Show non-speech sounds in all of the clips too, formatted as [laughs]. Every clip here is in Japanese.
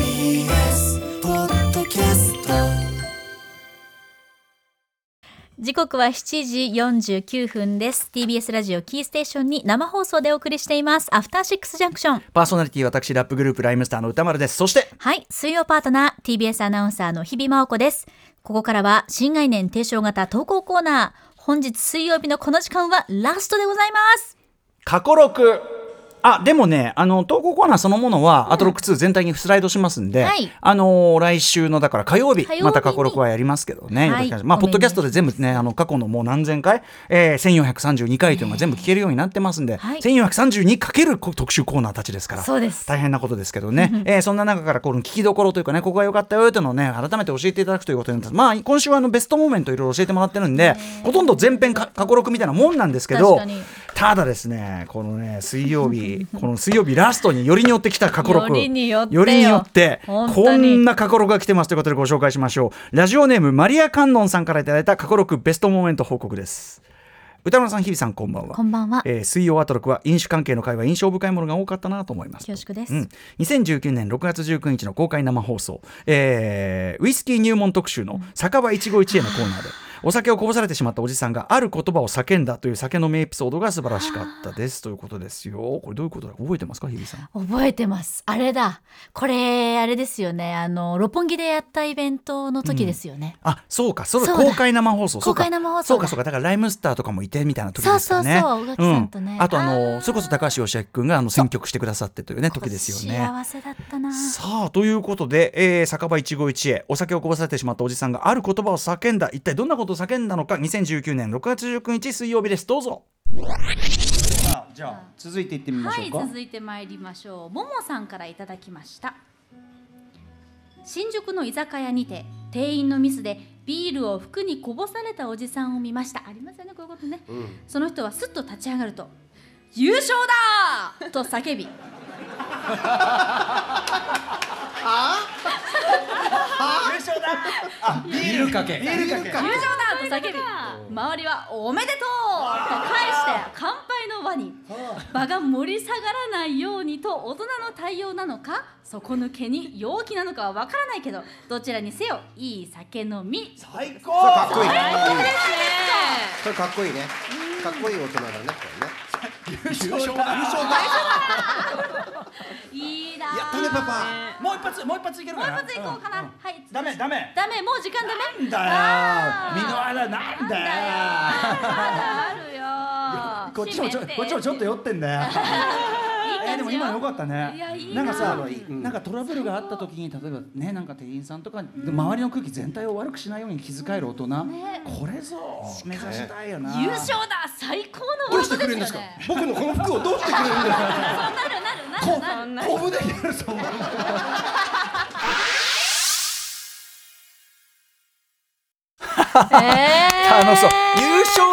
TBS ポッドキャスト時刻は7時49分です TBS ラジオキーステーションに生放送でお送りしていますアフターシックスジャンクションパーソナリティ私ラップグループライムスターの歌丸ですそしてはい水曜パートナー TBS アナウンサーの日々真央子ですここからは新概念提唱型投稿コーナー本日水曜日のこの時間はラストでございます過去6あでもねあの投稿コーナーそのものは、アトロック2全体にスライドしますんで、はいあのー来週のだから火曜日火曜日にまた過去6はやりますけどね、よろしくお願いしますまあごポッめんねドキャストで全部ねあの過去のもう何千回、えー、1432回というのが全部聞けるようになってますんで、はい1432かける特集コーナーたちですからそうです大変なことですけどね、えーそんな中からこの聞きどころというかねここが良かったよというのをね改めて教えていただくということになってますまあ今週はあのベストモーメントいろいろ教えてもらってるんでほとんど全編か過去6みたいなもんなんですけど確かにただですねこのね水曜 [laughs] 日この水曜日ラストによりによってきた過去6よりによってよよりによって本こ当にんな過去6が来てますということでご紹介しましょうラジオネームマリア観音さんからいただいた過去6ベストモーメント報告です歌丸さん日比さんこんばんはこんばんはえー水曜アトロクは飲酒関係の会は印象深いものが多かったなと思います恐縮です、うん、2019年6月19日の公開生放送、えーウイスキー入門特集の「酒場一期一会」のコーナーで。お酒をこぼされてしまったおじさんがある言葉を叫んだという酒の名エピソードが素晴らしかったですということですよ。これどういうことだ覚えてますか日比さん。覚えてますあれだこれあれですよねあの六本木でやったイベントの時ですよね、あそうかそれそうだ公開生放送そうか公開生放送だそうかそうかだからライムスターとかもいてみたいな時ですよね。そうそうそう宇垣さんとねあとあのあーそれこそ高橋義明君があの選曲してくださってというね時ですよね。幸せだったなさあということで、えー酒場一期一会お酒をこぼされてしまったおじさんがある言葉を叫んだ一体どんなことを叫んだのか2019年6月19日水曜日ですどうぞさあじゃあ続いていってみましょうか、はい、続いてまいりましょう。ももさんからいただきました。新宿の居酒屋にて店員のミスでビールを服にこぼされたおじさんを見ました。ありますよねこういうことね。その人はすっと立ち上がると優勝だと叫び。ビールかけビールかけ優勝だと叫び周りは「おめでとう!」と返して乾杯の輪に場が盛り下がらないようにと大人の対応なのか底抜けに陽気なのかはわからないけどどちらにせよいい酒飲み最高そですれかっこいいねそれかっこいいねかっこいい大人だね優勝だいいなやったねパパもう一発もう一発いけるもうか一な発いこうかな、はいダメダメダメもう時間ダメだよあー身の穴なんだよまだあるよこっちもちょ閉めてこっちもちょっと酔ってんだ [laughs] よいい感じえよーでも今良かったねいやいいななんかさ、うんなんかトラブルがあった時に例えばねなんか店員さんとかで周りの空気全体を悪くしないように気遣える大人、ねこれぞ目指したいよな優勝だ最高のどワうしードですてくれよるんですかね僕のこの服をどうしてくれるんですか [laughs] そうなるなるなるなる [laughs] コブでやるぞ楽しそう優勝楽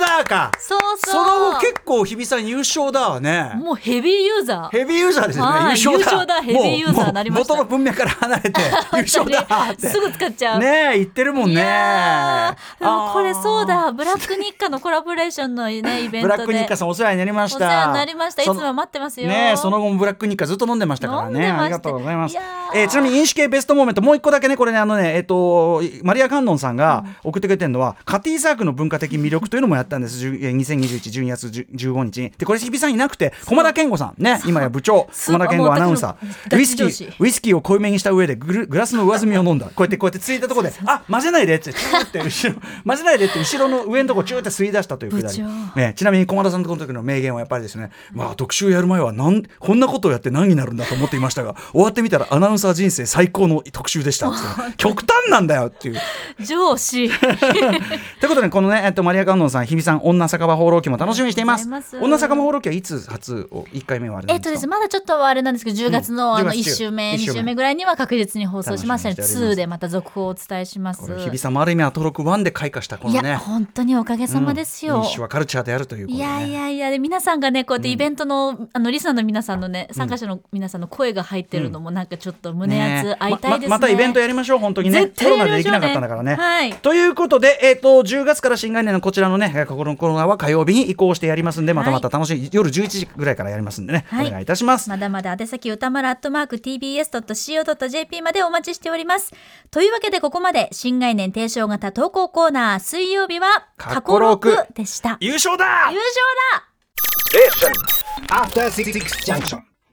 だーかそうそうその後結構日比さん優勝だわねもうヘビーユーザーヘビーユーザーですよねはい優勝だ優勝だヘビーユーザーになりましたもうもう元の文脈から離れ [laughs] て優勝だーってすぐ使っちゃうねえ言ってるもんいねやーでもこれそうあーだブラック日課のコラボレーションのねイベ [laughs] ンブトラでックニッカさんお世話になりましたお世話になりましたいつそのも待ってますよねえその後もブラックニッカずっと飲んでましたから飲んねでましたありがとうございますいやーえーちなみに飲酒系ベストモーメントもう一個だけねこれねあのねえっ、とマリア・カンノンさんが送ってくれてるのは、カティサークの文化的魅力というのもやったんです10えー2021 12月15日にでこれ日比さんいなくて駒田健吾さんね今や部長スー駒パー田健吾アナウンサもう私ーウのイスキガチ上ー司ウイスキーを濃いめにした上でグルグラスの上澄みを飲ん [laughs] だこうやってこうやってついたところで「あ混ぜないで」ってチューって後ろ [laughs] 混ぜないでって後ろの上のとこチューって吸い出したというくだり部長、ね、ちなみに駒田さんのこの時の名言はやっぱりですね、まあ、特集やる前はなんこんなことをやって何になるんだと思っていま [laughs] したが終わってみたらアナウンサー人生最高の特集でしたっていう極端なんだよっていう。上司ということでこのね、えっと、マリア・カンノン野さん、日比さん、女酒場放浪記も楽しみにしています。ありがとうございま女す酒場放浪記はいつ初を一回目はあれなえんっですとか。ですねまだちょっとあれなんですけど10月のあの10 1月週目一週2目週目ぐらいには確実に放送しますので楽しみにしております2でまた続報をお伝えしますこれ日比さんもある意味アトロク1で開花したこいのやね。本当におかげさまですうんよ民主はカルチャーであるということいで、やね。いやいやで皆さんがねこうやってイベントの,、あのリスナーの皆さんのね参加者の皆さんの声が入ってるのもなんかちょっと胸ね熱会いたいですねまままたイベントやりましょう本当にね絶対コロやナりでまでしきょなかったうねんだからね、はいということで、えっと10月から新概念のこちらのねえー心のコロナは火曜日に移行してやりますんでまたまた楽しい、夜11時ぐらいからやりますんでね、はいお願いいたしますまだまだ宛先歌丸アットマーク tbs.co.jp までお待ちしておりますというわけでここまで新概念提唱型投稿コーナー水曜日は過去ロクでした優優勝だ勝だ After Six Junction.